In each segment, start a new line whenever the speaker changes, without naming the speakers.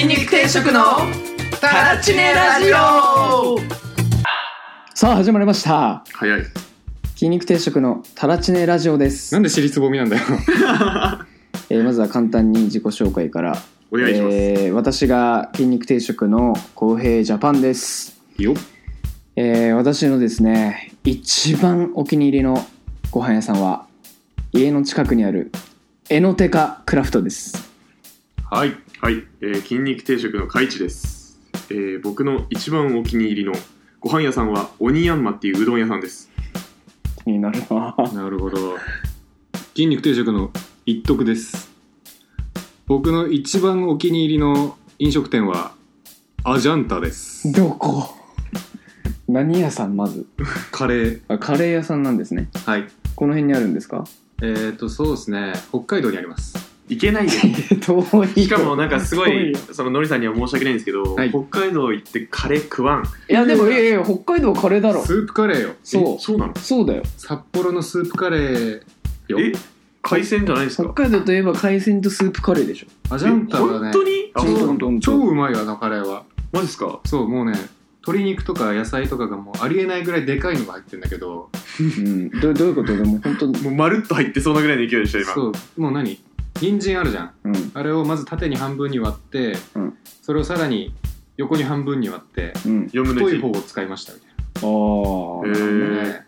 食のタラチネラジオ
さあ始まりました
早い
筋肉定食のタラチネラジオです
なんで尻つぼみなんだよ
えーまずは簡単に自己紹介から
お願いします、
えー私が筋肉定食の公平ジャパンです、
よっ
えー私のですね一番お気に入りのご飯屋さんは家の近くにあるエノテカクラフトです
はいはい、えー筋肉定食のカイチです、えー僕の一番お気に入りのご飯屋さんはオニヤンマっていううどん屋さんです
気になるな
なるほど
筋肉定食の一徳です僕の一番お気に入りの飲食店はアジャンタです
どこ何屋さんまず
カレー
あカレー屋さんなんですね
はい
この辺にあるんですか
えっ、ー、とそうですね北海道にあります
いけない よ
遠い
しかもなんかすご
遠
い
よ
そのノリさんには申し訳ないんですけど、
はい
北海道行ってカレー食わん
いやでもいやいや北海道カレーだろ
スープカレーよ
そう
えそうなの
そうだよ
札幌のスープカレーよ
え海鮮じゃないです
北
か
海道といえば海鮮とスープカレーでしょ
アジ
え
ャンタは
本
ね
当にあそうなの
超うまいわあのカレーは
マジですか
そうもうね鶏肉とか野菜とかがもうありえないぐらいでかいのが入ってるんだけど
うんどどういうことでも本当
もうまるっと入ってそうなぐらいの勢いでした今
そうもう何人参あるじゃん
うん
あれをまず縦に半分に割って、
うん
それをさらに横に半分に割って
うん
4分の
太い
1
方を使いましたみたい
あ
な、
あ、
へー
ね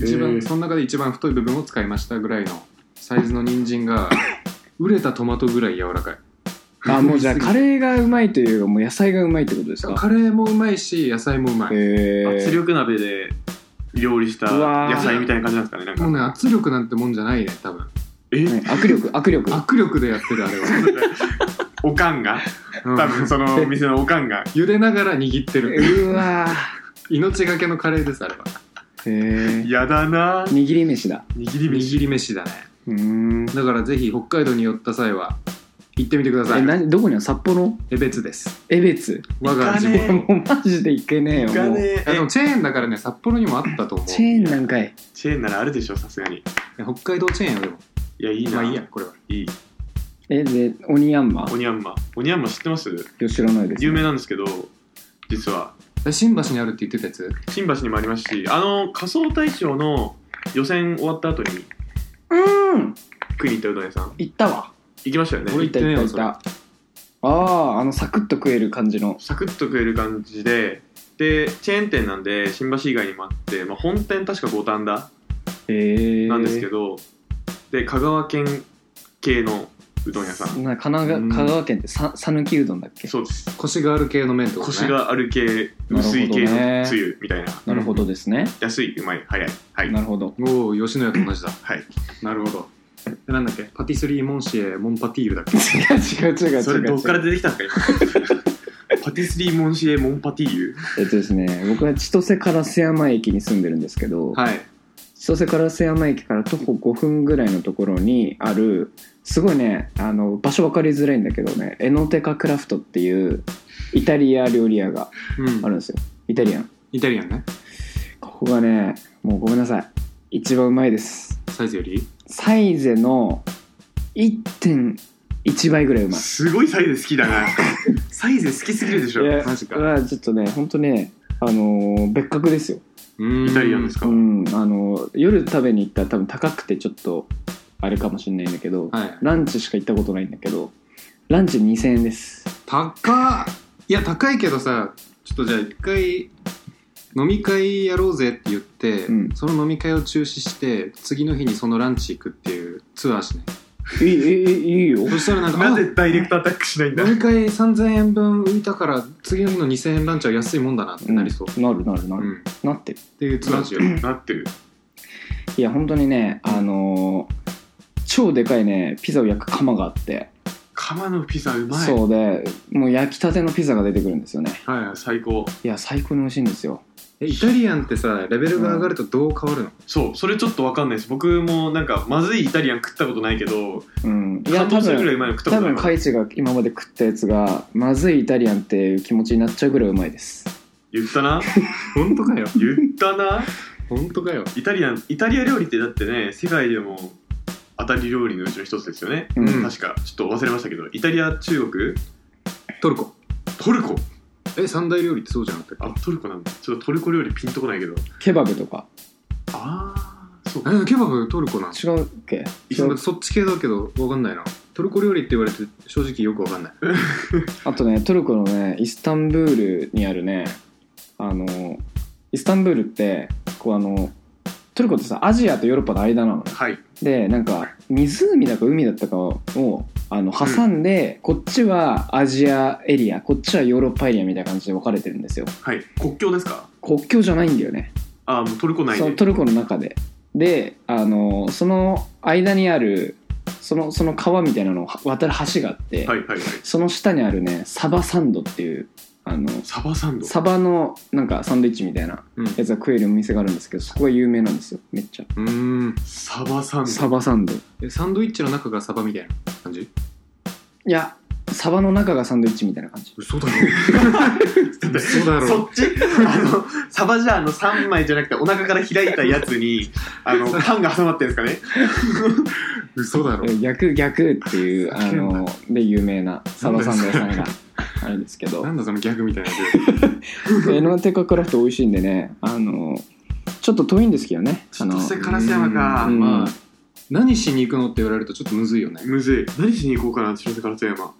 一
へ
番
ー
その中で一番太い部分を使いましたぐらいのサイズの人参 が熟れたトマトぐらい柔らかい
あもうじゃあカレーがうまいというよりもう野菜がうまいってことですか
カレーもうまいし野菜もうまい、
へえ
圧力鍋で料理した野菜みたいな感じなんですかねなんか
もうね圧力なんてもんじゃないね多分
え、
ね握力握力
握力でやってるあれは、
おかんが
うん
多分そのお店のおかんが
茹でながら握ってる
うわ
命がけのカレーですあれは
ーへえ
やだなぁ
握り飯だ
握り飯
握り飯だね
うーん
だからぜひ北海道に寄った際は行ってみてくださ
え
い
何どこにある札幌
江別です
江別
我が地元
え
もうマジで行けねえよ
が
もう
ね
あで
え
もチェーンだからね札幌にもあったと思う
チェーンなんかい
チェーンならあるでしょさすがに
北海道チェーンよでも
いやいいな
まあいいやこれはい
い
えで鬼ヤンマ
おにゃんまおにゃんま知ってます
よ知らないです
有名なんですけど実は
え新橋にあるって言ってたやつ
新橋にもありますしあの仮装大賞の予選終わった後に
うん
食いに行ったうどん屋さん
行ったわ
行きましたよ
俺
ね
行ってねえわ
行った行ったああーあのサクッと食える感じの
サクッと食える感じででチェーン店なんで新橋以外にもあって、まあ、本店確か五反田
へえ
なんですけど、で香川県系のうどん屋さん
な神奈
う
川
ん
香川県ってさ讃岐うどんだっけ
そうです
コシがある系の麺ってこと
コ
ね
シがある系薄い系のつゆみたいな
なるほどですね、
安いうまい早いはい
なるほど
おお吉野家と同じだ
はい
なるほどでなんだっけパティスリーモンシエモンパティールだっけ
違う違う違う違う
それどっから出てきたんですか今パティスリーモンシエモンパティーユ
えっとですね僕は千歳烏山駅に住んでるんですけど、
はい
千歳烏山駅から徒歩5分ぐらいのところにあるすごいねあの場所分かりづらいんだけどねエノテカクラフトっていうイタリア料理屋が
うん
あるんですよイタリアン
イタリアンね
ここがねもうごめんなさい一番うまいです
サイズより
サイゼの1.1倍ぐらいうまい
すごいサイズ好きだなサイズ好きすぎるでしょ
いや
マジか
うわちょっとね本当ねあのー別格ですよ、
イ
イタリアンです
か
か、
うんあのー夜食べに行ったら多分高くてちょっとあれかもしれないんだけど、
はい
ランチしか行ったことないんだけどランチ2000円です
高っいや高いけどさちょっとじゃあ一回飲み会やろうぜって言って、
うん
その飲み会を中止して次の日にそのランチ行くっていうツアーしない
いいいいいいよ
そしたらなんか
なぜダイレクトアタックしないんだ
飲み会3000円分浮いたから次の日の2000円ランチは安いもんだなってなりそう、
なるなるな
うん
る、
っ
なってる
ていうツアーしよう
なってる
いや本当にねあのー超でかいねピザを焼く窯があって
釜のピザうまい
そうでもう焼きたてのピザが出てくるんですよね
はいはい
最高
いや最高に美味しいんですよ
えイタリアンってさレベルが上がるとどう変わるの、
そうそれちょっとわかんないです僕もなんかまずいイタリアン食ったことないけど
うんいや
感
多
動する
分
ぐらいうまいの食ったこ
多
とない
分カイチが今まで食ったやつがまずいイタリアンっていう気持ちになっちゃうぐらいうまいです
言ったな
本当かよ
言ったな
本当かよ
イタリアンイタリア料理ってだってね世界でも当たり料理のうちの一つですよね、
うん
確かちょっと忘れましたけどイタリア中国
トルコ
トルコ
え三大料理ってそうじゃなかった
あ
っ
トルコなんだちょっとトルコ料理ピンとこないけど
ケバブとか
ああそう
けえケバブトルコなん
違うっけ
そそっち系だけど分かんないなトルコ料理って言われて正直よく分かんない
あとねトルコのねイスタンブールにあるねあのイスタンブールってこうあのトルコってさアジアとヨーロッパの間なのね
はい
でなんか湖だか海だったかをあの挟んで、こっちはアジアエリアこっちはヨーロッパエリアみたいな感じで分かれてるんですよ
はい国境ですか
国境じゃないんだよね
あーもうトルコ内
そ
で
のトルコの中でであのその間にあるそのその川みたいなのを渡る橋があって、
はいはいはい
その下にあるねサバサンドっていうあの
サバサンド
サバのなんかサンドイッチみたいな
うん
やつが食えるお店があるんですけどそこが有名なんですよめっちゃ
うーん
サバサンド
サバサンドい
えサンドイッチの中がサバみたいな感じ
やサバの中がサンドイッチみたいな感じ
嘘だろ嘘だ
そ
ろ
っち あのサバじゃあの3枚じゃなくてお腹から開いたやつにあのパンが挟まってるんですか ね
嘘だろ
え逆逆っていうあので有名なサバサンド屋さんがあるんですけど
なんだそのギャグみたいな
エノテカクラフト美味しいんでねあのちょっと遠いんですけどねあの
それ烏山か
うんまあ
うん
何しに行くのって言われるとちょっとむずいよね
むずい何しに行こうかな白瀬から富山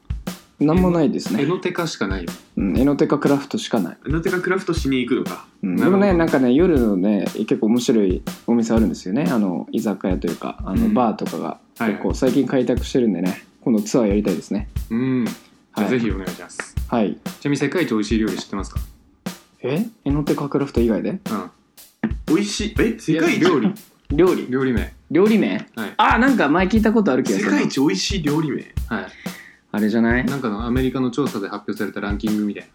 なんもないです
エ
ね
ノテカしかないよ
うんエノテカクラフトしかない、
なんてかクラフトしに行くのか
うん
な
で
る
も
ほど
ねなんかね夜のね結構面白いお店あるんですよねあの居酒屋というかあの
うん
バーとかが
はい
結構最近開拓してるんでね今度ツアーやりたいですね
うんじゃ
は
あ
い
ぜひお願いします
はい
ちなみに世界一美味しい料理知ってますか
えエノテカクラフト以外で
うん
美味しいえ世界
い
一
や料理
料理
料理名
料理名
はい
あなんか前聞いたことある気が
世
する
界一美味しい料理名
は
あれじゃない
いなんかのアメリカの調査で発表されたランキングみたい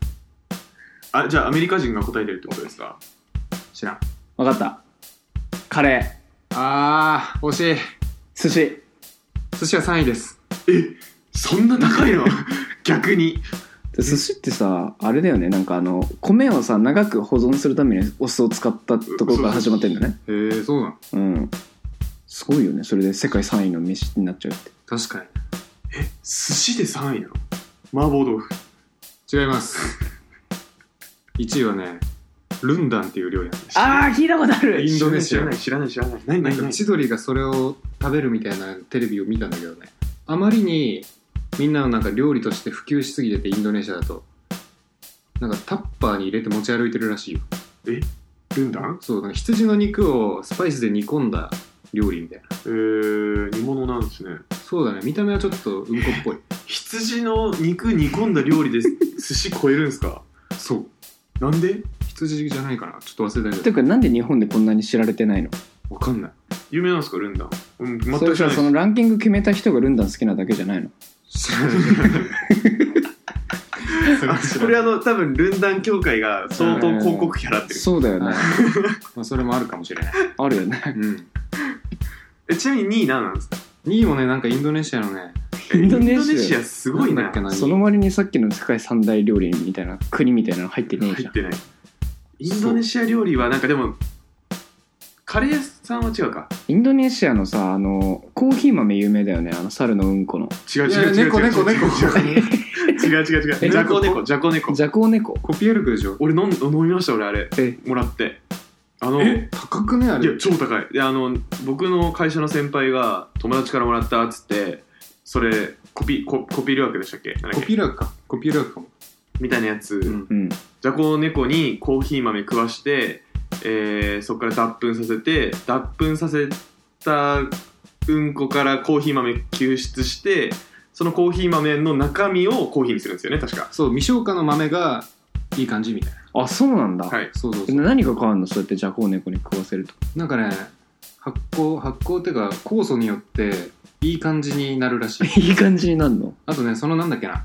な
あじゃあアメリカ人が答えてるってことですか
知らん
わかったカレー
あー惜しい
寿司
寿司は3位です
えそんな高い の逆に
で寿司ってさあれだよねなんかあの米をさ長く保存するためにお酢を使ったところから始まってんだね
へえそうなの
うんすごいよねそれで世界3位の飯になっちゃうって
確か
寿司で3位なの麻婆豆腐
に違います1位はねルンダンっていう料理なんです
あー聞いたことある
インドネシア
知らない知らない知らない何
なん
何
か
何
千鳥がそれを食べるみたいなテレビを見たんだけどねあまりにみんなのなんか料理として普及しすぎててインドネシアだとなんかタッパーに入れて持ち歩いてるらしいよ
ルンダン
そうなんか羊の肉をスパイスで煮込んだ料理みたいな
えー、煮物なんですね
そうだね見た目はちょっとうんこっぽい
羊の肉煮込んだ料理で寿司超えるんですか
そう
なんで
羊じゃないかなちょっと忘れたけ
て
ど
いうかなんで日本でこんなに知られてないの
わかんない
有名なんですかルンダン、うん、全
そ
く
れ
知ら
か
ない
その
です
ランキング決めた人がルンダン好きなだけじゃないの
知らないそれは知
あ
ら
こ
ない
れあの多分ルンダン協会が相当広告キャラってる、
そうだ よね
まあ、それもあるかもしれない、
あるよね
うん、
えちなみに2位何なんですか
2位もねなんかインドネシアのね
え
インドネシア
すご
な
いね
んだっけな
その割にさっきの世界三大料理みたいな国みたいなの入ってねえ
入
じゃ
っ
ん
てないインドネシア料理はなんかでもカレーさんは違うか
インドネシアのさあのコーヒー豆有名だよねあの猿のうんこの
違う
いや
違う違う違う
猫猫猫
違う違う違う違う違う違う
え
じゃこ猫じゃこ猫
ジャコウネコ
コピエルクでしょ
俺飲ん飲みました俺あれ
え
もらってあの
え高くねあ
い
れ
や超高いであの僕の会社の先輩が友達からもらったっつってそれコピココピールクでしたっけなんだ
コ
っけ
ピーラークかコピーラークかも、
みたいなやつ、
うん
うん
じゃこ猫にコーヒー豆食わして、えーそこから脱粉させて脱粉させたうんこからコーヒー豆救出してそのコーヒー豆の中身をコーヒーにするんですよね確か
そう未消化の豆がいい感じみたいな
あそうなんだ、
はい
そうそうそう
何が変わるのそうやってジャコウネコに食わせると
なんかね発酵発酵っていうか酵素によっていい感じになるらしい
いい感じになるの
あとねそのなんだっけな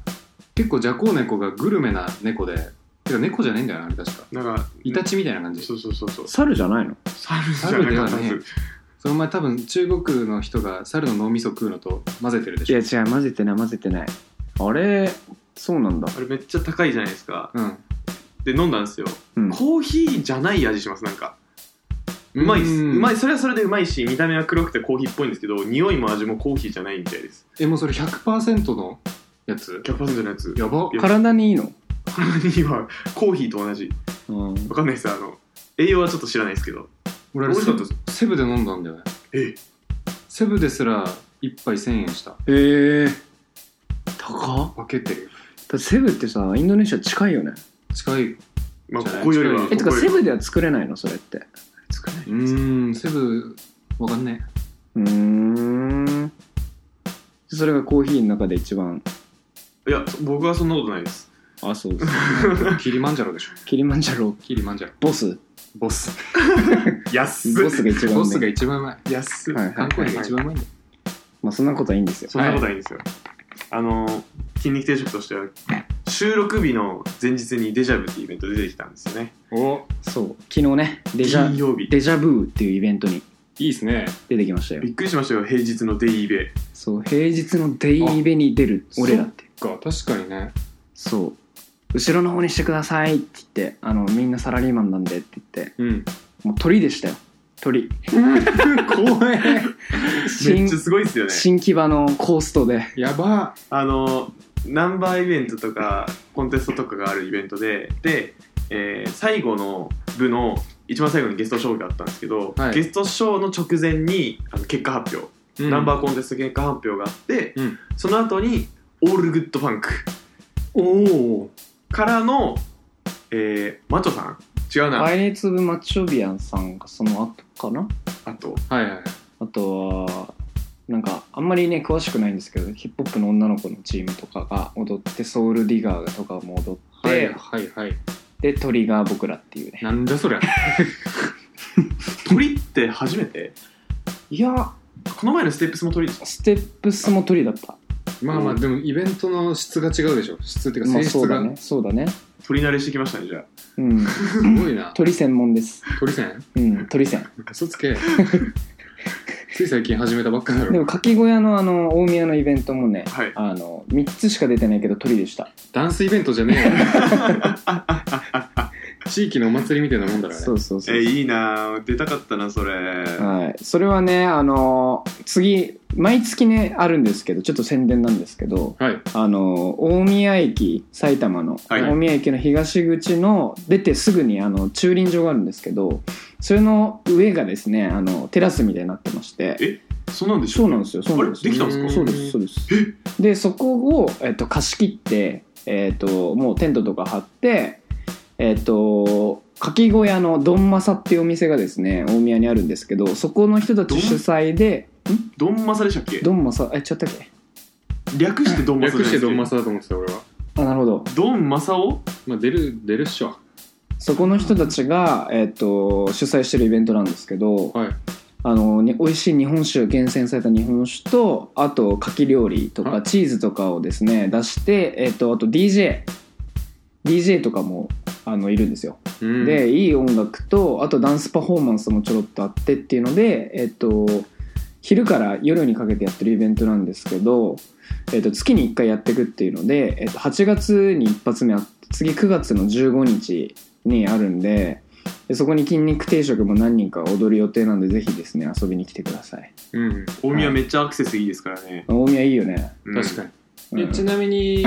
結構ジャコウネコがグルメな猫でてか猫じゃないんだよなあれ確か
なんか
イタチみたいな感じ
そうそうそうそう
猿じゃないの
猿じゃなかったは
猿だよ
ず
ねその前多分中国の人が猿の脳みそ食うのと混ぜてるで
い
し
や
ょ
違う混ぜてない混ぜてないあれそうなんだ
あれめっちゃ高いじゃないですか
うん
で飲んだんですよ
うん
コーヒーじゃない味しますなんかうまいっす
ん
うまいそれはそれでうまいし見た目は黒くてコーヒーっぽいんですけど匂いも味もコーヒーじゃないみたいです
えもうそれ100%のやつ
100%のやつ
やば
いや
体にいいの
体にはコーヒーと同じ
うん
わかんないですあの栄養はちょっと知らないですけど
俺あ
美
れ
味し
セ
かった
ブ
です
セブで飲んだんだよね
え
セブですら1杯1000円した
ええ高っ
分けてるよ
だってセブってさインドネシア近いよね
近い
まあ
じゃない
ここよりは
え
ことこ
か
よ
セ
り
ブでは作れないのそれって
作れないう
ーんセブわかんね
うーんそれがコーヒーの中で一番
いや僕はそんなことないです
あそうです
えキリマンジャロでしょ
キリマンジャロ
キリマンジャロ
ボス
ボス
安
ボスが一番、ね、
ボスが一番うまい
安
はい
缶コーヒーが一番うまいんだよ
まあそんなことはいいんですよ
そんなことないんですよ、あの筋肉定食としては収録日の前日にデジャブっていうイベントで出てきたんですよね
お
そう昨日ねデジ
金
ャ
曜日
デジャブーっていうイベントに
いいっすね
出てきましたよ
びっくりしましたよ平日のデイ ベ
そう平日のデイベに出る
あ
俺らって
か確かにね
そう後ろの方にしてくださいって言ってあのみんなサラリーマンなんでって言って
うん
もう鳥でしたよ鳥
怖え
め
新
っちゃすごいですよね
新木場のコーストで
やば
あのナンバーイベントとかコンテストとかがあるイベントでで、えー最後の部の一番最後にゲストショーがあったんですけど、
はい
ゲストショーの直前にあの結果発表、ナンバーコンテスト結果発表があって、
うん
その後にオールグッドファンク
おお
からの、えーマチョさん違うな、
バイレーツ・オブ・マッチョビアンさんがその後かな
あと
はいはいはい
あとはなんかあんまりね詳しくないんですけどヒップホップの女の子のチームとかが踊ってソウルディガーとかも踊って、
はいはいはい
で鳥が僕らっていうね
なんだそりゃ
鳥って初めて
いや
この前のステップスも鳥でした
ステップスも鳥だった
まあまあでもイベントの質が違うでしょ質っていうか
まあ
性
そ
質
うだ
が
ねそうだね
鳥慣れしてきましたねじゃあ
うん
すごいな
鳥専門です
鳥せん
うん鳥専
嘘つ けつい最近始めたばっかだ
で
ろ
もかき小屋のあの大宮のイベントもね
はい
あの3つしか出てないけど鳥でした
ダンスイベントじゃねえ よ地域のお祭りみたいなもんだからね
そうそう
え
そう
ーいいなぁ出たかったなそれ
はい、それはねあの次毎月ねあるんですけどちょっと宣伝なんですけど
はい
あの大宮駅埼玉の、
はい
大宮駅の東口の出てすぐにあの駐輪場があるんですけどそれの上がですねあのテラスみたいになってまして
えそうなんでしょ
そうなんですよそうなんですよ
あれできたんです
か
そうですそうですでそこを、えっと、貸し切って、えっと、もうテントとか張ってえっとかき小屋のドンマサっていうお店がですね大宮にあるんですけどそこの人たち主催で
ドンマサでしたっけ
ドンマサえ違ったっけ
略してドンマサ
略してドンマ
サ
サだと思ってた俺は
あなるほど
ドンマサオ
まあ出る出るっしょ
そこの人たちが、えっと主催してるイベントなんですけど
はい
あの、ね、美味しい日本酒厳選された日本酒とあと牡蠣料理と
は
か
い
チーズとかをですね出して、えっとあと DJDJ とかもあのいるんですよ、
うん
でいい音楽とあとダンスパフォーマンスもちょろっとあってっていうので、えっと昼から夜にかけてやってるイベントなんですけど、えっと月に1回やっていくっていうので、えっと8月に一発目あって次9月の15日にあるんででそこに筋肉定食も何人か踊る予定なんでぜひですね遊びに来てください
うん
大宮めっちゃアクセスいいですからね、
大宮いいよね、
うん
確かに
うん
えちなみに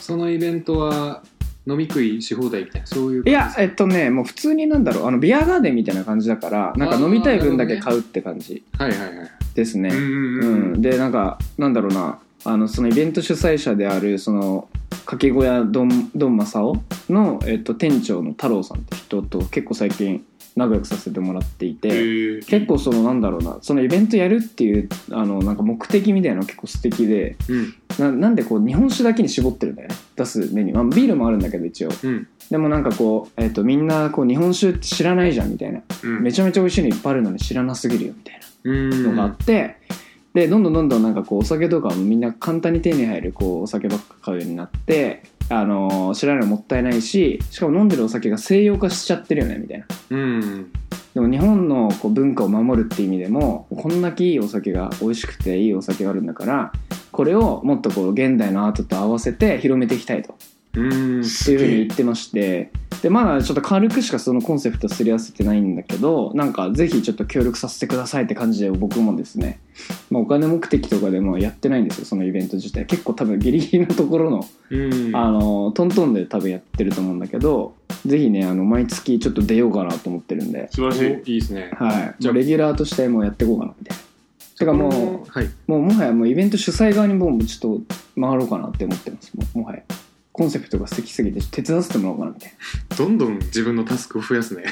そのイベントは飲み食いし放題みたいなそういう
い
感じ
やえっとねもう普通になんだろうあのビアガーデンみたいな感じだからなんか飲みたい分だけ買うって感じ
はいはいはい
ですね
うんうんう
うんん、でなんかなんだろうなあのそのイベント主催者であるその掛け小屋どんどんまさおの、えっと、店長の太郎さんって人と結構最近仲良くさせてもらってい
へ
て
ー
結構そのなんだろうなそのイベントやるっていうあのなんか目的みたいなの結構素敵で
うん
ななんでこう日本酒だけに絞ってるんだよね出すメニュー、まあ、ビールもあるんだけど一応
うん
でもなんかこう、えっと、みんなこう日本酒って知らないじゃんみたいな
うん
めちゃめちゃ美味しいのいっぱいあるのに知らなすぎるよみたいな。
うん
のがあって、でどんどんどんどんなんかこうお酒とかもみんな簡単に手に入るこうお酒ばっか買うようになって、あのー知らないのもったいないししかも飲んでるお酒が西洋化しちゃってるよねみたいな
うん
でも日本のこう文化を守るって意味でもこんだけいいお酒が美味しくていいお酒があるんだからこれをもっとこう現代のアートと合わせて広めていきたいと
うん
っていうふうに言ってましてでまだちょっと軽くしかそのコンセプトすり合わせてないんだけどなんかぜひちょっと協力させてくださいって感じで僕もですね、まあ、お金目的とかでもやってないんですよそのイベント自体結構多分ギリギリのところの
うん
あのトントンで多分やってると思うんだけどぜひねあの毎月ちょっと出ようかなと思ってるんで、
素晴らしい。
いいですね
はい、
じ
も
ゃあ
うレギュラーとしてもうやっていこうかなみたいな。てかもう
はい
もうもはやもうイベント主催側にもうちょっと回ろうかなって思ってますもうもはやコンセプトが素敵すぎて手伝わせてもらおうかなみたい
どんどん自分のタスクを増や すね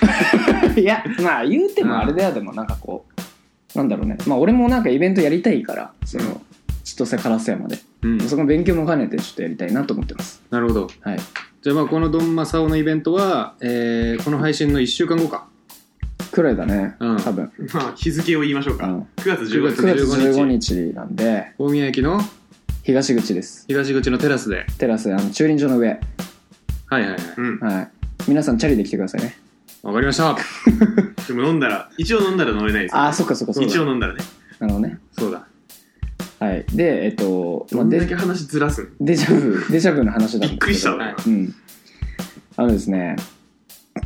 ないやまあ言うてもあれだよでもなんかこうなんだろうねまあ俺もなんかイベントやりたいからその千歳烏山で
うん
そこの勉強も兼ねてちょっとやりたいなと思ってます
なるほど
はい
じゃあまあこのドンマサオのイベントは、えーこの配信の1週間後か
くらいだね、
うん
多分、
まあ、日付を言いましょう
う
か。
ん、
9月15
9月
日。
15日なんで
大宮駅の
東口です
東口のテラスで
テラスあの駐輪場の上
はいはいはい
うん。
はい皆さんチャリで来てくださいね
わかりました
でも飲んだら、一応飲んだら飲めないですよ
ああそっかそっかそっ
一
か
応飲んだらね。
なるほどね
そうだ
はいでえっと、ま
ど
あ、
ん
で
だけ話ずらすん
デジャブ、デジャブの話だ
び
んです
っく
け
りした
ど。
わ。
は
うん。あのですね、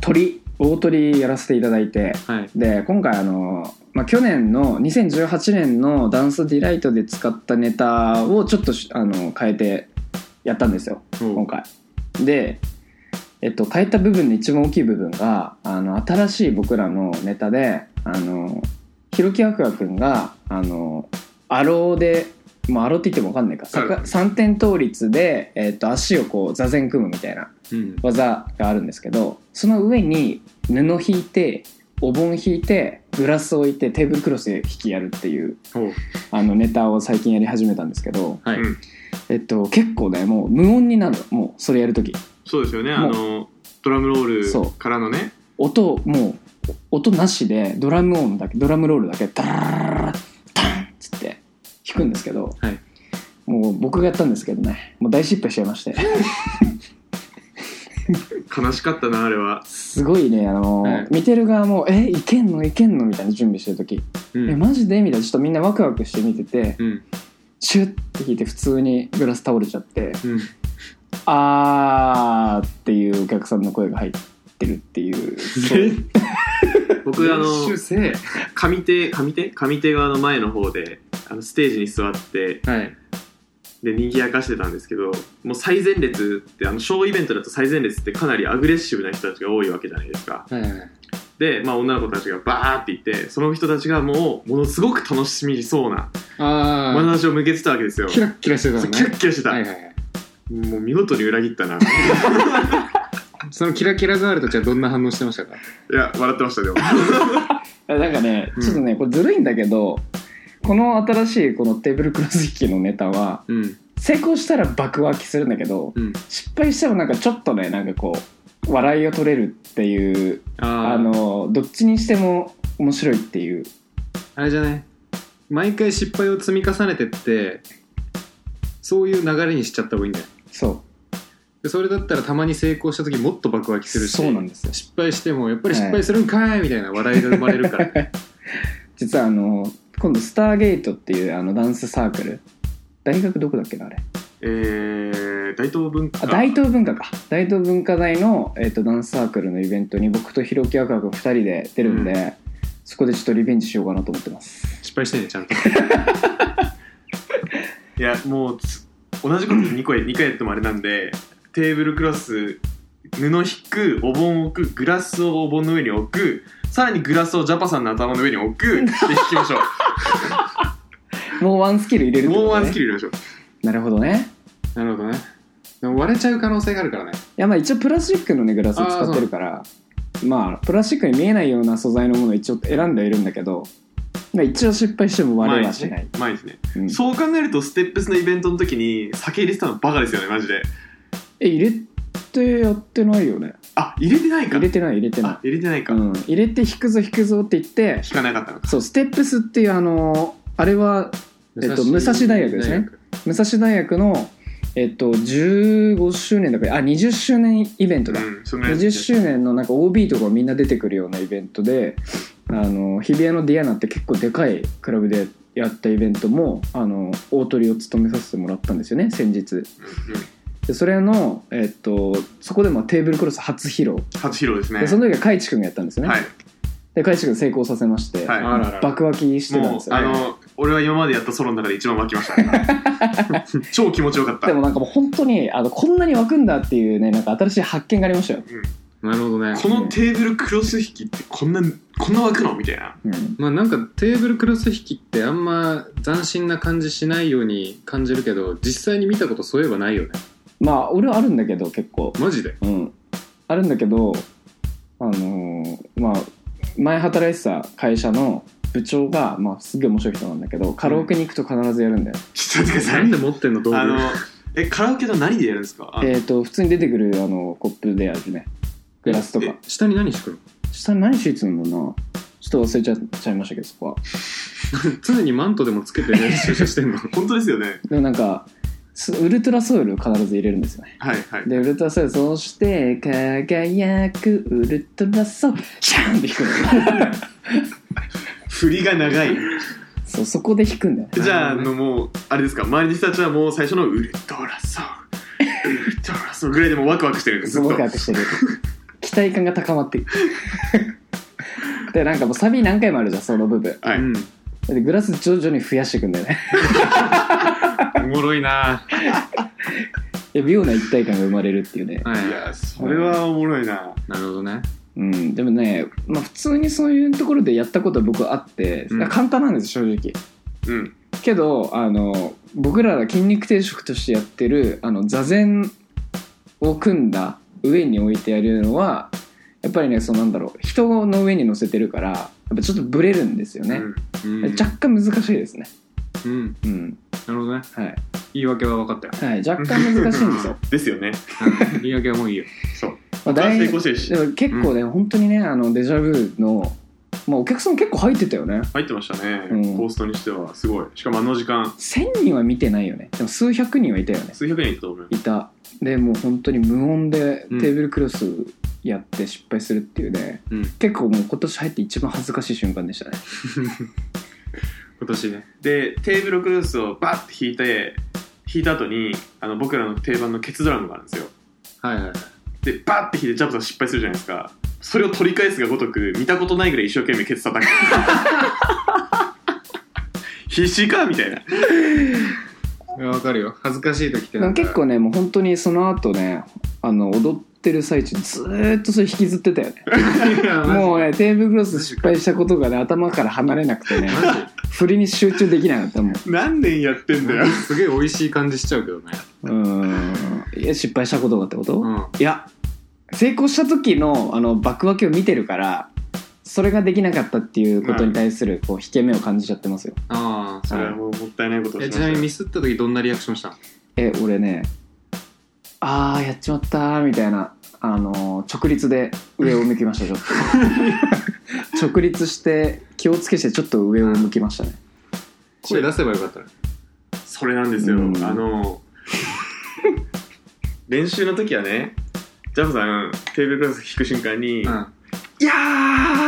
鳥、大鳥やらせていただいて、
はい
で、今回あの、まあ、去年の2018年のダンスディライトで使ったネタをちょっとしあの変えてやったんですよ、
お
今回。で、えっと、変えた部分の一番大きい部分が、あの、新しい僕らのネタで、あの、ひろきあくあくんが、あの、アローで、もうアローって言っても分かんないか、さ
は
か
い
三点倒立で、えっと、足をこう座禅組むみたいな
うん
技があるんですけどその上に布引いてお盆引いてグラス置いてテーブルクロス引きやるっていう
お
あのネタを最近やり始めたんですけど、
はい
うん
えっと、結構ねもう無音になるのもうそれやる時
そうですよね。あ
もう
の、ドラムロー
そう
ルからのね。
音もう音なしでドラム音だけドラムロールだけダラララララタンっつって弾くんですけど、
はい
もう僕がやったんですけどねもう大失敗しちゃいまして
悲しかったな、あれは。
すごいねあの、
はい
見てる側も「えいけんのいけんの?」みたいな準備してる時
う
え
ん
マジでみたいなちょっとみんなワクワクして見てて
うん
シュッて引いて普通にグラス倒れちゃって
うん
あーっていうお客さんの声が入ってるっていう
僕、 あの、
修正
上手、上手上手側の前の方で、あのステージに座って、
はい
で、賑やかしてたんですけど、もう最前列って、あの、ショーイベントだと最前列ってかなりアグレッシブな人たちが多いわけじゃないですか。
はいはい
で、まあ、女の子たちがバーっていてその人たちがもうものすごく楽しみそうな
あ
眼
あ
差しを向けてたわけですよ、
キラッキラしてた
そ
の
うキラ
ね
ッキラしてた、
はいはいはい
もう見事に裏切ったない
そのキラキラガールたちはどんな反応してましたか
や笑ってましたでも
えなんかね
うん
ちょっとねこれずるいんだけどこの新しいこのテーブルクロス引きのネタは
うん
成功したら爆湧きするんだけど
うん
失敗してもなんかちょっとねなんかこう笑いを取れるっていう
あ
あ
あの
のどっちにしても面白いっていう
あれじゃない毎回失敗を積み重ねてってそういう流れにしちゃった方がいいんだよ
そ
でそれだったらたまに成功した時もっと爆発
う
するし
そうなんですよ
失敗してもやっぱり失敗するんかいみたいな笑いが生まれるから
実はあの今度スターゲートっていうあのダンスサークル大学どこだっけなあれ
えー、大東文化
あ大東文化か大東文化大の、えっとダンスサークルのイベントに僕とひろきあかく2人で出るんで、
う
そこでちょっとリベンジしようかなと思ってます
失敗してねちゃんと
いやもうつ同じこと2個や2回やってもあれなんでテーブルクロス布引くお盆を置くグラスをお盆の上に置くさらにグラスをジャパさんの頭の上に置くで引きましょ
もうワンスキル入れる
う
って
もう
こ
ワ
と
ン
ね
スキル入れましょう
なるほどね
なるほどねでも割れちゃう可能性があるからね
いやまあ一応プラスチックのねグラスを使ってるからまあプラスチックに見えないような素材のものを一応選んではいるんだけどまあ一応失敗しても割れはしない、
前ですね
うん
そう考えるとステップスのイベントの時に酒入れてたのバカですよねマジで
え入れてやってないよね
あ入れてないか
入れてない入れてない
あ入れてないか、
うん、入れて弾くぞ弾くぞって言って
引かなかったのか
そうステップスっていうあのあれはえっと武蔵大学ですね武蔵大学の、えっと、15周年だからあ20周年イベントだ、
うんそんぐらい
20周年のなんか OB とかみんな出てくるようなイベントであの日比谷のディアナって結構でかいクラブでやったイベントもあの大トリを務めさせてもらったんですよね先日
うん
でそれの、えっと、そこでもテーブルクロス初披露、
初披露ですね
でその時は海地君がやったんですよね、
はい
で海地君成功させまして、
はい
あららら
爆湧きしてたん
も
で
う
すよ
あ
ね、
の俺は今までやったソロの中で一番湧きましたね 超気持ちよかった
でもなんかもう本当にあのこんなに湧くんだっていうねなんか新しい発見がありましたよ、
なるほどね
このテーブルクロス引きってこんなこんな湧くのみたいな
うん
まあなんかテーブルクロス引きってあんま斬新な感じしないように感じるけど実際に見たことそういえばないよね
まあ俺はあるんだけど結構、
マジで
うん、あるんだけどあのーまあ前働いてた会社の部長が、まあ、すっげえ面白い人なんだけどカラオケに行くと必ずやるんだよ、
ちょっと待ってください
なんで持ってんの道具
あのえカラオケと何でやるんですかあの
えっ、と普通に出てくるあのコップでやるねグラスとか
え下に何敷くの
下に何シーツなんだろうなちょっと忘れちゃちゃいましたけどそこは
常にマントでもつけて練習してんの
本当ですよね
でもなんかすウルトラソウルを必ず入れるんですよね
はいはい
でウルトラソウルそうして輝くウルトラソウルシャンって弾くの
振りが 長い
そうそこで弾くんだよね
じゃあ、あ
なるほど
のもうあれですか周りの人たちはもう最初のウルトラソウルウルトラソウルぐらいでもうワクワクしてるんです
す
ずっ
ご
と
くしてる期待感が高まっていくでなんかもうサビ何回もあるじゃんその部分
はい
うん
でグラス徐々に増やしていくんだよね
おもろいな、
いや妙な一体感が生まれるっていうね
はいい、
やそれはおもろいな
なるほどね
うん、でもね、まあ、普通にそういうところでやったことは僕あって、
うん
簡単なんです正直
うん
けどあの僕らが筋肉定食としてやってるあの座禅を組んだ上に置いてやるのはやっぱりねそのなんだろう人の上に乗せてるからやっぱちょっとブレるんですよね、
うん
うん、
若干難しいですね
うん、
うん
なるほどね
はい、
言い訳は分かったよ、
はい、若干難しいんですよ
ですよね
うん言い訳はもういいよ
そう
まあ
僕は
大
成功してるし
でも結構ね、本当にねあのデジャブの、まあ、お客さん結構入ってたよね
入ってましたね、
うん
コーストにしてはすごいしかもあの時間
1000人は見てないよねでも数百人はいたよね
数百人いたと思います
いたでもう本当に無音でテ
うん
ーブルクロスやって失敗するっていうね、
うん
結構もう今年入って一番恥ずかしい瞬間でしたね
今年ね
でテーブルクルースをバッて弾いて弾いた後にあの僕らの定番のケツドラムがあるんですよ
はいはいはい
でバッて弾いてジャブさん失敗するじゃないですかそれを取り返すがごとく見たことないぐらい一生懸命ケツ叩く 必死かみたいない
や分かるよ恥ずかしい時って
で
なん
も
か
結構ねもう本当にその後ねあの踊ってる最中ずーっとそれ引きずってたよね
いやマジ
もうねテーブルクロス失敗したことがね頭から離れなくてね
マジ
振りに集中できなかったもん
何年やってんだよ
すげえ美味しい感じしちゃうけどね。
うーんいや失敗したことがってこと、
うん。
いや成功した時のあの爆分けを見てるからそれができなかったっていうことに対するこう引け目を感じちゃってますよ、
ああ、
そ
そ
れ
れ
は
は。
もうもったいないことをし
え
ま
ち
し
な
た
み
よ
にミスった時どんなリアクションしたの
え俺ねああやっちまったーみたいなあのー直立で上を向きましたちょっと 直立して気をつけしてちょっと上を向きましたね
声出せばよかったね。
それなんですよ
うん
あの練習の時はねジャブさんテーブルクルース弾く瞬間に「いや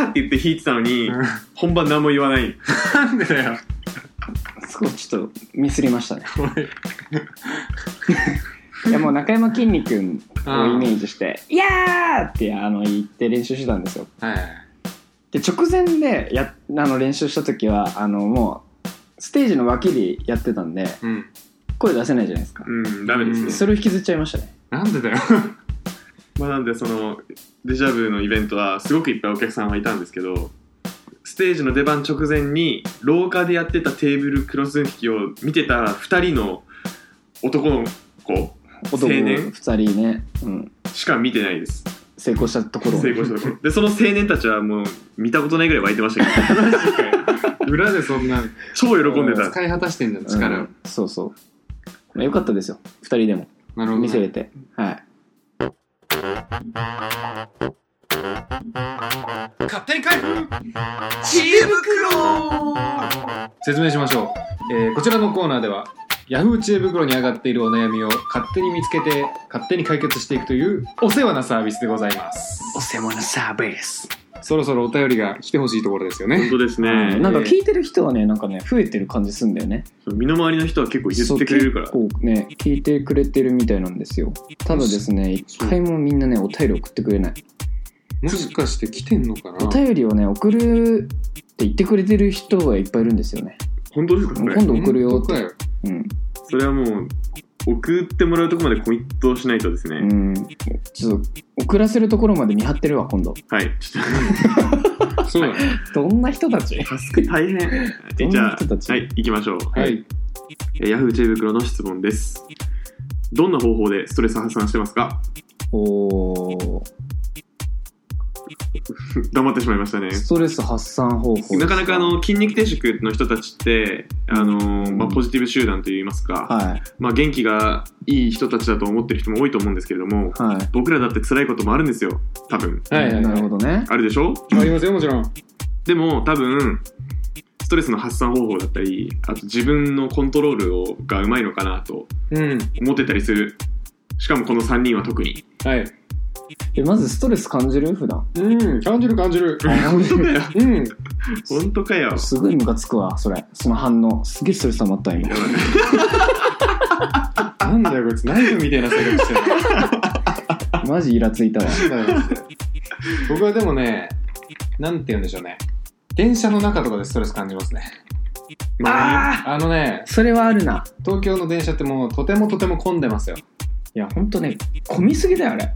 ー!」って言って弾いてたのに、
うん
本番何も言わない
なんでだよ。
すごいちょっとミスりましたね
おい
いやもう中山きんに君をイメ
は
ージして「いやー!」ってあの言って練習してたんですよ
いはい。
で直前でやあの練習した時はあのもうステージの脇でやってたんで
うん。
声出せないじゃないですか、
うんダメです
うん
ね
それを引きずっちゃいましたね
なんでだよ。
まあ、なんでそのデジャブのイベントはすごくいっぱいお客さんはいたんですけどステージの出番直前に廊下でやってたテーブルクロス引きを見てた2人の男の子
男
青年
2人ね、うん、
しか見てないです
成功したところを
成功したところでその青年たちはもう見たことないぐらい湧いてました けど
裏でそんな、
超喜んでた
使い果たしてんじゃん、
うん
力を。
そうそう、まあ、よかったですよ2人でも
なるほどね。
見せれて、はい
勝手に開封知恵袋
説明しましょう、えーこちらのコーナーでは Yahoo! 知恵袋に上がっているお悩みを勝手に見つけて勝手に解決していくというお世話なサービスでございます
お世話のサービス
そろそろお便りが来てほしいところですよ
本
ね
当ですね、
なんか聞いてる人はねなんかね増えてる感じすんだよね
身の回りの人は結構言ってくれるから
そう結構ね聞いてくれてるみたいなんですよただですね一回もみんなねお便り送ってくれない
もしかして来てんのか
お
な
便りをね送るって言ってくれてる人がいっぱいいるんですよね
本当ですかそれ
今度送るよ
本
っ
当か
て
よ
うん、
それはもう送ってもらうところまでコミットしないとですね、
うん、ちょっと送らせるところまで見張ってるわ今度
はいちょっ
そうだね
どんな人たち
と助け大変
ど
え
ん
じゃ
な
あ
人たち
はい行きましょう、
はい
えーヤフー知恵袋の質問ですどんな方法でストレス発散してますか
おー
黙ってしまいましたね
ストレス発散方法です
なかなかあの筋肉定食の人たちって、あのーまあ、ポジティブ集団といいますか、
はい
まあ、元気がいい人たちだと思ってる人も多いと思うんですけれども
はい
僕らだって辛いこともあるんですよ多分
はいはいはい
なるほどね
あるでしょ
ありますよもちろん
でも多分ストレスの発散方法だったりあと自分のコントロールをがうまいのかなと
うん
思ってたりするしかもこの3人は特に
はい
えまずストレス感じる普 段
うん感じる感じる
本当だよ
うん
本当かよ
すごいムカつくわそれその反応すげえストレス溜まった今
やばい
なんだよこいつナイフみたいな性格してる
マジイラついたわ
なんだよマジで僕はでもねなんて言うんでしょうね電車の中とかでストレス感じますね
あ
あのね
それはあるな
東京の電車ってもうとてもとても混んでますよ
いやほんとね混みすぎだよあれ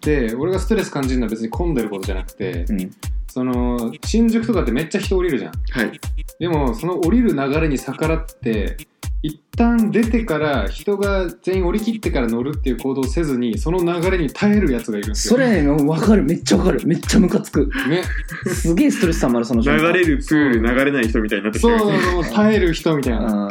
で俺がストレス感じるのは別に混んでることじゃなくて
うん
その新宿とかってめっちゃ人降りるじゃん
はい
でもその降りる流れに逆らって一旦出てから人が全員降り切ってから乗るっていう行動をせずにその流れに耐えるやつがいるんです
そ
よ
れの分かるめっちゃ分かるめっちゃムカつく
ね
すげえストレス溜まるその
流
瞬間
れるプール流れない人みたいになってきて
そう
る
そうそう耐える人みたいな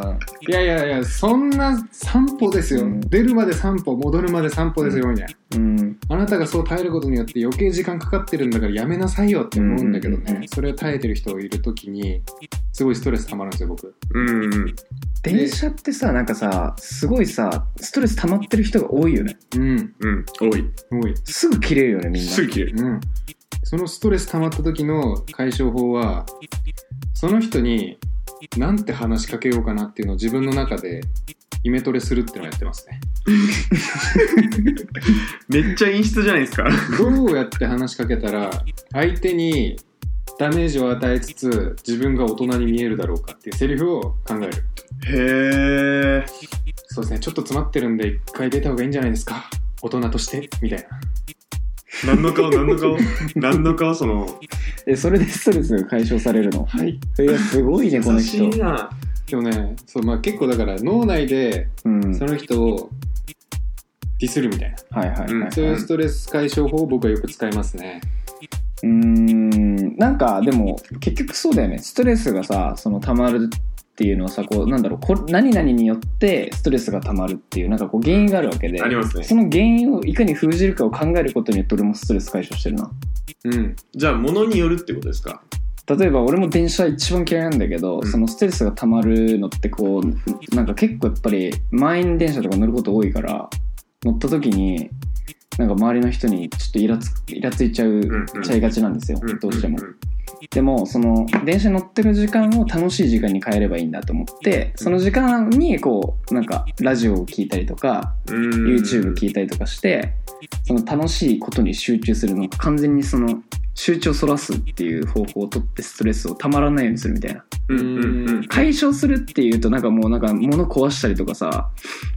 うん
いやいやいやそんな散歩ですよ、
うん
出るまで散歩戻るまで散歩ですよみたいな
うん
あなたがそう耐えることによって余計時間かかってるんだからやめなさいよって思うんだけどね、
うんうんうん
それを耐えてる人がいる時にすごいストレス溜まるんですよ僕
うんうん
電車ってさなんかさすごいさストレス溜まってる人が多いよね
うん
うん多い
多い
すぐ切れるよねみんな
すぐ切れる
うんそのストレス溜まった時の解消法はその人になんて話しかけようかなっていうのを自分の中でイメトレするっていうのをやってますね
めっちゃ陰湿じゃないですか
どうやって話しかけたら相手にダメージを与えつつ自分が大人に見えるだろうかっていうセリフを考える
へえ
そうですねちょっと詰まってるんで一回出た方がいいんじゃないですか大人としてみたいな
何の顔何の 顔何の顔その
えそれでストレスが解消されるの
はい
いやすごいねこの
優しい
人
な
でもねそう、まあ、結構だから脳内で
うん
その人をディスるみたいな、
はいはいはい、
うん
はい、
そういうストレス解消法を僕はよく使いますね
うーんなんかでも結局そうだよねストレスがさその溜まるっていうのはさこうなんだろうこ何々によってストレスが溜まるっていうなんかこう原因があるわけで
ありますね
その原因をいかに封じるかを考えることによって俺もストレス解消してるな
うん
じゃあ物によるってことですか
例えば俺も電車一番嫌いなんだけど、
うん
そのストレスが溜まるのってこうなんか結構やっぱり満員電車とか乗ること多いから乗った時になんか周りの人にちょっとイラつイラついちゃう、
んうん
ちゃいがちなんですよ、
ん
どうしても、
んん
でもその電車に乗ってる時間を楽しい時間に変えればいいんだと思ってその時間にこうなんかラジオを聞いたりとか
うん
YouTube 聞いたりとかしてその楽しいことに集中するのか完全にその集中をそらすっていう方法をとってストレスをたまらないようにするみたいな
うんうんうん
解消するっていうとなんかもうなんか物壊したりとかさ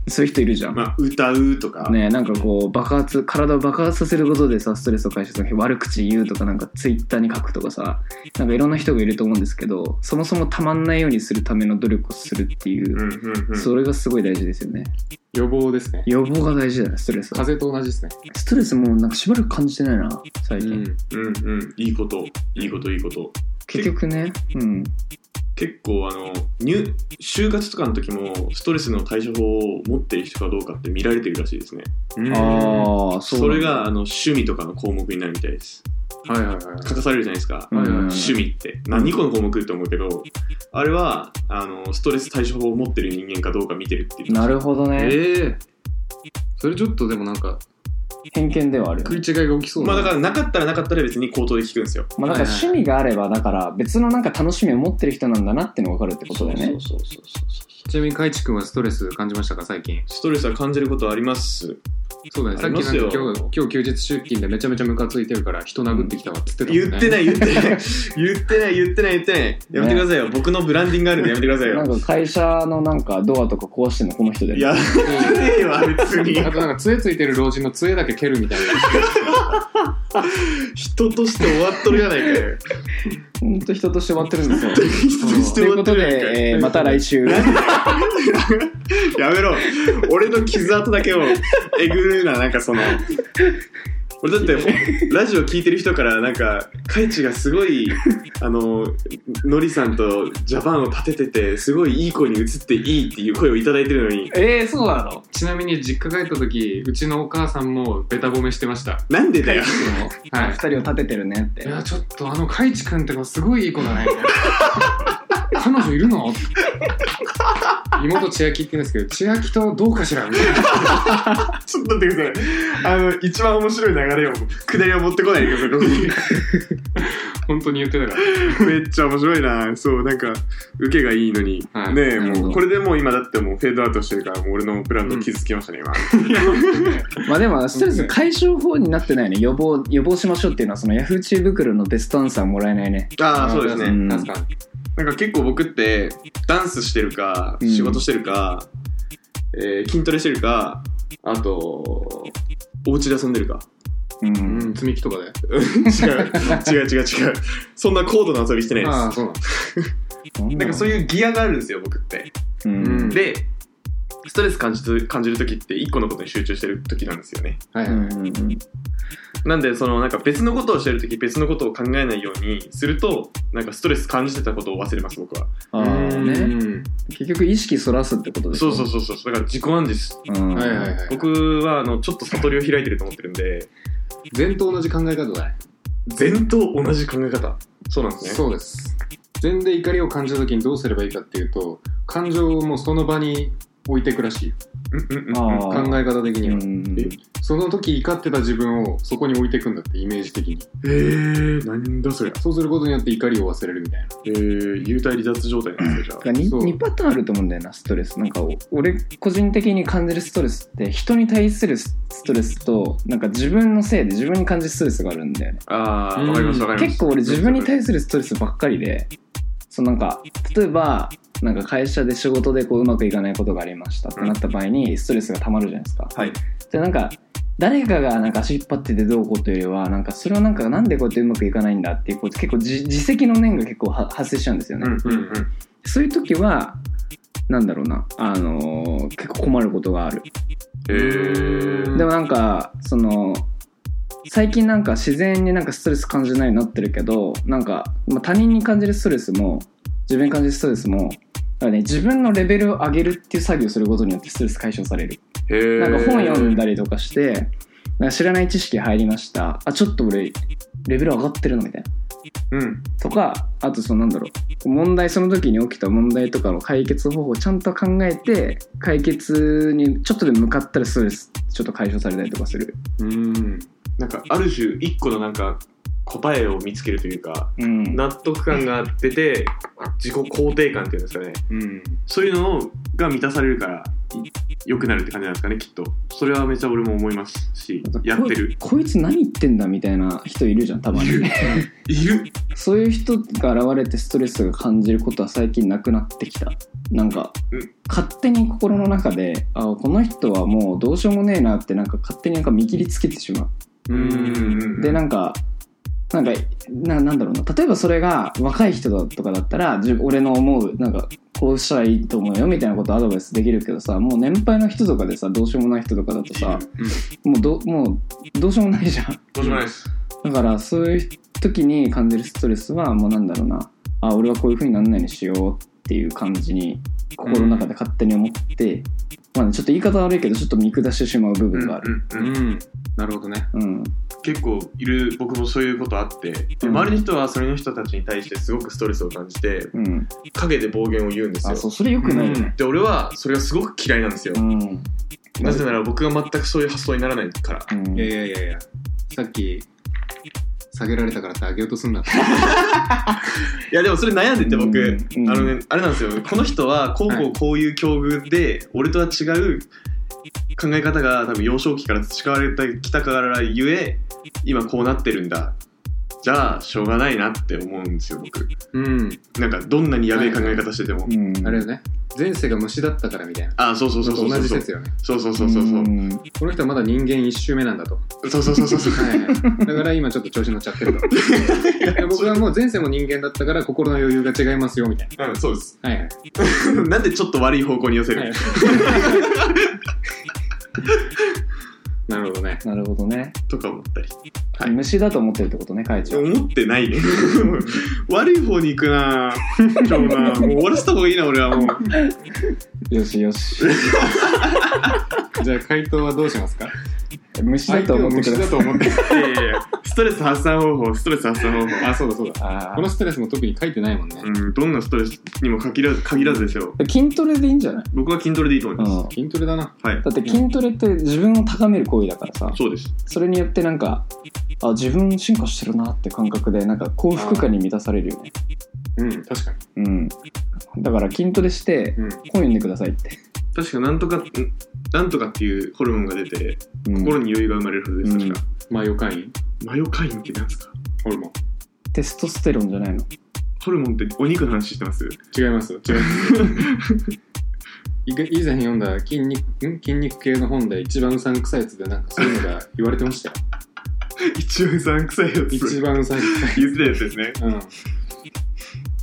そういう人いるじゃん
まあ歌うとか、
ねなんかこう爆発体を爆発させることでさストレスを解消する悪口言うとかなんかツイッターに書くとかさなんかいろんな人がいると思うんですけどそもそもたまんないようにするための努力をするっていうう、
んうんうん、
それがすごい大事ですよね
予防ですね
予防が大事だねストレスは
風邪と同じですね、
ストレスもうなんかしばらく感じてないな最近、
うん、
うんうんいいこといいこといいこと
結局ねうん
結構あの入就活とかの時もストレスの対処法を持ってる人かどうかって見られてるらしいですね
うん
ああそ
そ
うなんだ
れがあの趣味とかの項目になるみたいです
はいはいはい
書かされるじゃないですか、
うん
趣味って何個の項目って思うけどあれはあのストレス対処法を持ってる人間かどうか見てるっていう
なるほどね、
ええそれちょっとでもなんか
偏見ではあるよ
食い
ね、
違いが起きそう
まあだ
な
からなかったらなかったら別に口頭で聞くんですよ。
まあ、なんか趣味があればだから別のなんか楽しみを持ってる人なんだなっていうのが分かるってことだよね
そうそうそうそう
ちなみにかいちくんはストレス感じましたか最近
ストレスは感じることはあります。
そうだねさっきなんか
あり
今
ますよ
日今日休日出勤でめちゃめちゃムカついてるから人殴ってきたわっつってたもんね
言ってない言ってない言ってない言ってない言ってない。やめてくださいよ。僕のブランディングあるんでやめてください
な
よ。
んか会社のなんかドアとか壊してんのこの人で
やってねえわ別に。
あとなんか杖ついてる老人の杖だけ蹴るみたいな
人として終わっとるやないかよ。
ほんと人として終わってるんですよ
人として
とい
終
う
わ
こ
っと
と
るやないか
で、え
よ
ーまた来 週
やめろ。俺の傷跡だけをえぐるな、なんかその。俺だってほ、ラジオ聞いてる人から、なんか、カイチがすごい、あの、ノリさんとジャパンを立ててて、すごいいい子に移っていいっていう声をいただいてるのに、
えー、そうなの
ちなみに実家帰った時うちのお母さんもベタ褒めしてました
なんでだよ。
は
二人を立ててるねっ
い
て
いやちょっとあのかいちくんって子すごいいい子だ ね彼女いるの妹千秋って言うんですけど千秋とどうかしらみたいな
ちょっと待ってください。あの、一番面白い流れを、下りを持ってこないでくださいここに。
本当に言ってたか
めっちゃ面白いなそうなんか受けがいいのに、
はい
ねえ
なるほ
もう
ど
これでもう今だってもうフェードアウトしてるからもう俺のプランド傷つきましたね、今
まあでもストレス解消法になってないね予防予防しましょうっていうのはそのヤフー知恵袋のベストアンサーもらえないね
あ
ら
あそうですね、
ん
確かに
なんか結構僕ってダンスしてるか
うん
仕事してるか、えー筋トレしてるかあとお家で遊んでるか
う
うんん積み木とかで
違う違う違う違うそんな高度な遊びしてないです
ああそうなん
なんかそういうギアがあるんですよ僕って
う
うん
ん
でストレス感じる感じる時って一個のことに集中してる時なんですよね
はい、
う
は
んう
い
んうん
なんでそのなんか別のことをしてるとき別のことを考えないようにするとなんかストレス感じてたことを忘れます僕は
ああ
う
ね
ん
結局意識そらすってことです
そうそうそうそうだから自己暗示です
うん
はいはいはい
僕はあのちょっと悟りを開いてると思ってるんで
全と同じ考え方だね
全と同じ考え方そうなんですね
そうです全で怒りを感じた時にどうすればいいかっていうと感情をもうその場に置いてくらしいよ
うんうんうんうん
あ
考え方的には、
うん
え
その時怒ってた自分をそこに置いていくんだってイメージ的に
えー、なんだそりゃ
そうすることによって怒りを忘れるみたいな
えー、幽体離脱状態なんですよじゃあ
に
そう
2パターンあると思うんだよなストレスなんかお俺個人的に感じるストレスって人に対するストレスとなんか自分のせいで自分に感じるストレスがあるんだよね
あーわかりますわかります
結構俺自分に
す
対するストレスばっかりでそのなんか例えばなんか会社で仕事でこううまくいかないことがありましたってなった場合にストレスが溜まるじゃないですか。
はい
でなんか誰かがなんか足引っ張っててどうこうというよりはなんかそれをなんかなんでこうやってうまくいかないんだっていうこう結構自自責の念が結構は発生しちゃうんですよね。
うんうんうん
そういう時はなんだろうな、あのー結構困ることがある。
えー、
でもなんかその最近なんか自然になんかストレス感じないようになってるけどなんか、まあ、他人に感じるストレスも自分に感じるストレスもなんか、ね、自分のレベルを上げるっていう作業をすることによってストレス解消される、
えー、
なんか本読んだりとかしてなんか知らない知識入りましたあちょっと俺レベル上がってるのみたいな
うん
とかあとそのなんだろう問題その時に起きた問題とかの解決方法をちゃんと考えて解決にちょっとでも向かったらストレスちょっと解消されたりとかする
うん
なんかある種一個のなんか答えを見つけるというか
うん
納得感が出て自己肯定感っていうんですかね
うん
そういうのが満たされるからい良くなるって感じなんですかねきっとそれはめちゃ俺も思いますしやってる
こいこいつ何言ってんだみたいな人いるじゃんたま
いる
に
いる
そういう人が現れてストレスが感じることは最近なくなってきたなんか、
うん
勝手に心の中であこの人はもうどうしようもねえなってなんか勝手になんか見切りつけてしまう
うん
でなんかなんかななんだろうな例えばそれが若い人だとかだったら自俺の思うなんかこうしたらいいと思うよみたいなことアドバイスできるけどさもう年配の人とかでさどうしようもない人とかだとさもうどもうどうしようもないじゃん
どうしようもないです
だからそういう時に感じるストレスはもうなんだろうなあ俺はこういう風になんないようにしようっていう感じに心の中で勝手に思って、まあね、ちょっと言い方悪いけどちょっと見下してしまう部分がある。
うん
う
うんうん
んなるほどね
うん
結構いる僕もそういうことあってで周りの人はそれの人たちに対してすごくストレスを感じて
うん、
陰で暴言を言うんです
あ
よ
そうそれよくないよね。
で俺はそれがすごく嫌いなんですよ
うん、
なぜなら僕が全くそういう発想にならないから
うん
いやいやいやいやさっき下げられたからって上げようとすんなって
いやでもそれ悩んでて僕、
うん
あのねあれなんですよこの人はこうこうこういう境遇で俺とは違う考え方が多分幼少期から培われてきたからゆえ今こうなってるんだじゃあしょうがないなって思うんですよ僕
うん
なんかどんなにやべえ考え方してても、
うん
あれよね前世が虫だったからみたいな
あそうそうそうそう
同じ
そう
説よね
そうそうそうそうそう
うん
この人はまだ人間一周目なんだと
そうそうそうそう そう
はいはい、だから今ちょっと調子乗っちゃって ると僕はもう前世も人間だったから心の余裕が違いますよみたい
うんそうです
なはいはい
なんでちょっと悪い方向に寄せる、
はいなるほどね
なるほどね、
とか思ったりはい
虫だと思ってるってことね会長
思ってない ね悪い方に行くな今日なもう終わらせた方がいいな俺はもう
よしよし
じゃあ回答はどうしますか
虫だと思ってくだ
相手を虫だと
さい
思って
いやいやいやストレス発散方法ストレス発散方法
あそうだそうだ
あ
このストレスも特に書いてないもんね、
うんどんなストレスにも限らず限らずですよ
ー筋トレでいいんじゃない、
僕は筋トレでいいと思い
うん、
ます、
だ
筋トレだな
はい
って筋トレって自分を高める行為だからさ
そうです
それによってなんかあ自分進化してるなって感覚でなんか幸福感に満たされるよね
うん確かに
うんだから筋トレして
うん
本読んでくださいって、
確かなんとかんなんとかっていうホルモンが出て
うん
心に余裕が生まれるはずです確か、
まあ予感員
マヨカインってなんですか
ホルモン
テストステロンじゃないの
ホルモンってお肉の話してます
違います 違いますい以前読んだ筋肉ん筋肉系の本で一番うさんくさいやつでなんかそういうのが言われてましたよ
一応さん臭いや
一
つ
番うさんくさい
言ってたやつですね
うんは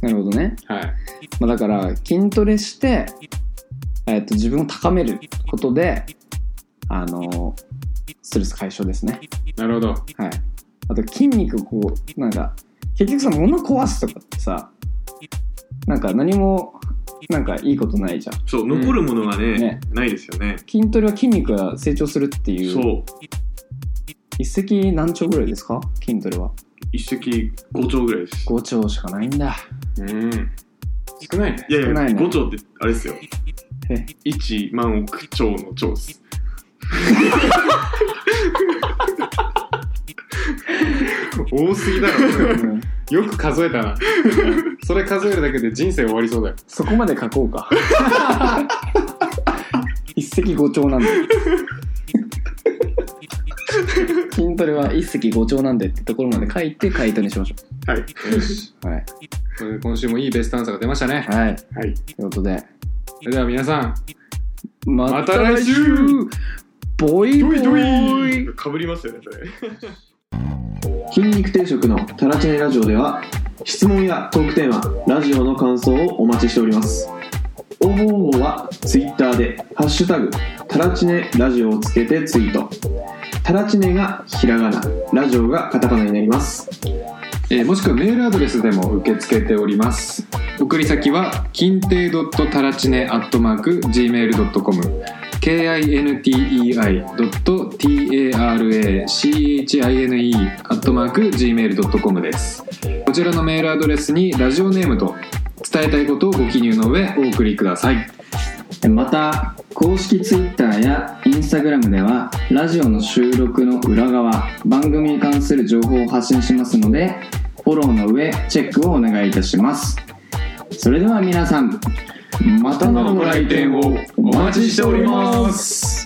なるほどね、
い
まあ、だから筋トレして、えっと自分を高めることであのストレス解消ですね
なるほど
はいあと筋肉をこうなんか結局さ物壊すとかってさなんか何もなんかいいことないじゃん
そう残るものがね,、
ね
ないですよね
筋トレは筋肉が成長するっていう
そう
一石何鳥ぐらいですか筋トレは
一石五鳥ぐらいです
5鳥しかないん だ
うん少ないね
いやい
少な
や
いね
五鳥ってあれですよ
え
一万億兆の兆です
多すぎだ
う
ろ
ん
よく数えたな それ数えるだけで人生終わりそうだよ
そこまで書こうか 一石五鳥なんで筋トレは一石五鳥なんでってところまで書いて回答にしましょ
はい
うんはい
これで今週もいいベストアンサーが出ましたね
うはい、はい、
はい
ということで
それでは皆さん
ま
また来週
ボイボイ
かぶりますよねそれ
筋肉定食のタラチネラジオでは質問やトークテーマラジオの感想をお待ちしております応募方法は Twitter で「ハッシュタグタラチネラジオ」をつけてツイートタラチネがひらがなラジオがカタカナになります
えーもしくはメールアドレスでも受け付けております送り先は金亭ドットタラチネアットマーク gmail.com kintei.tarachine アットマーク gmail.com ですこちらのメールアドレスにラジオネームと伝えたいことをご記入の上お送りください
また公式 Twitter や Instagram ではラジオの収録の裏側番組に関する情報を発信しますのでフォローの上チェックをお願いいたしますそれでは皆さんまたのご来店をお待ちしております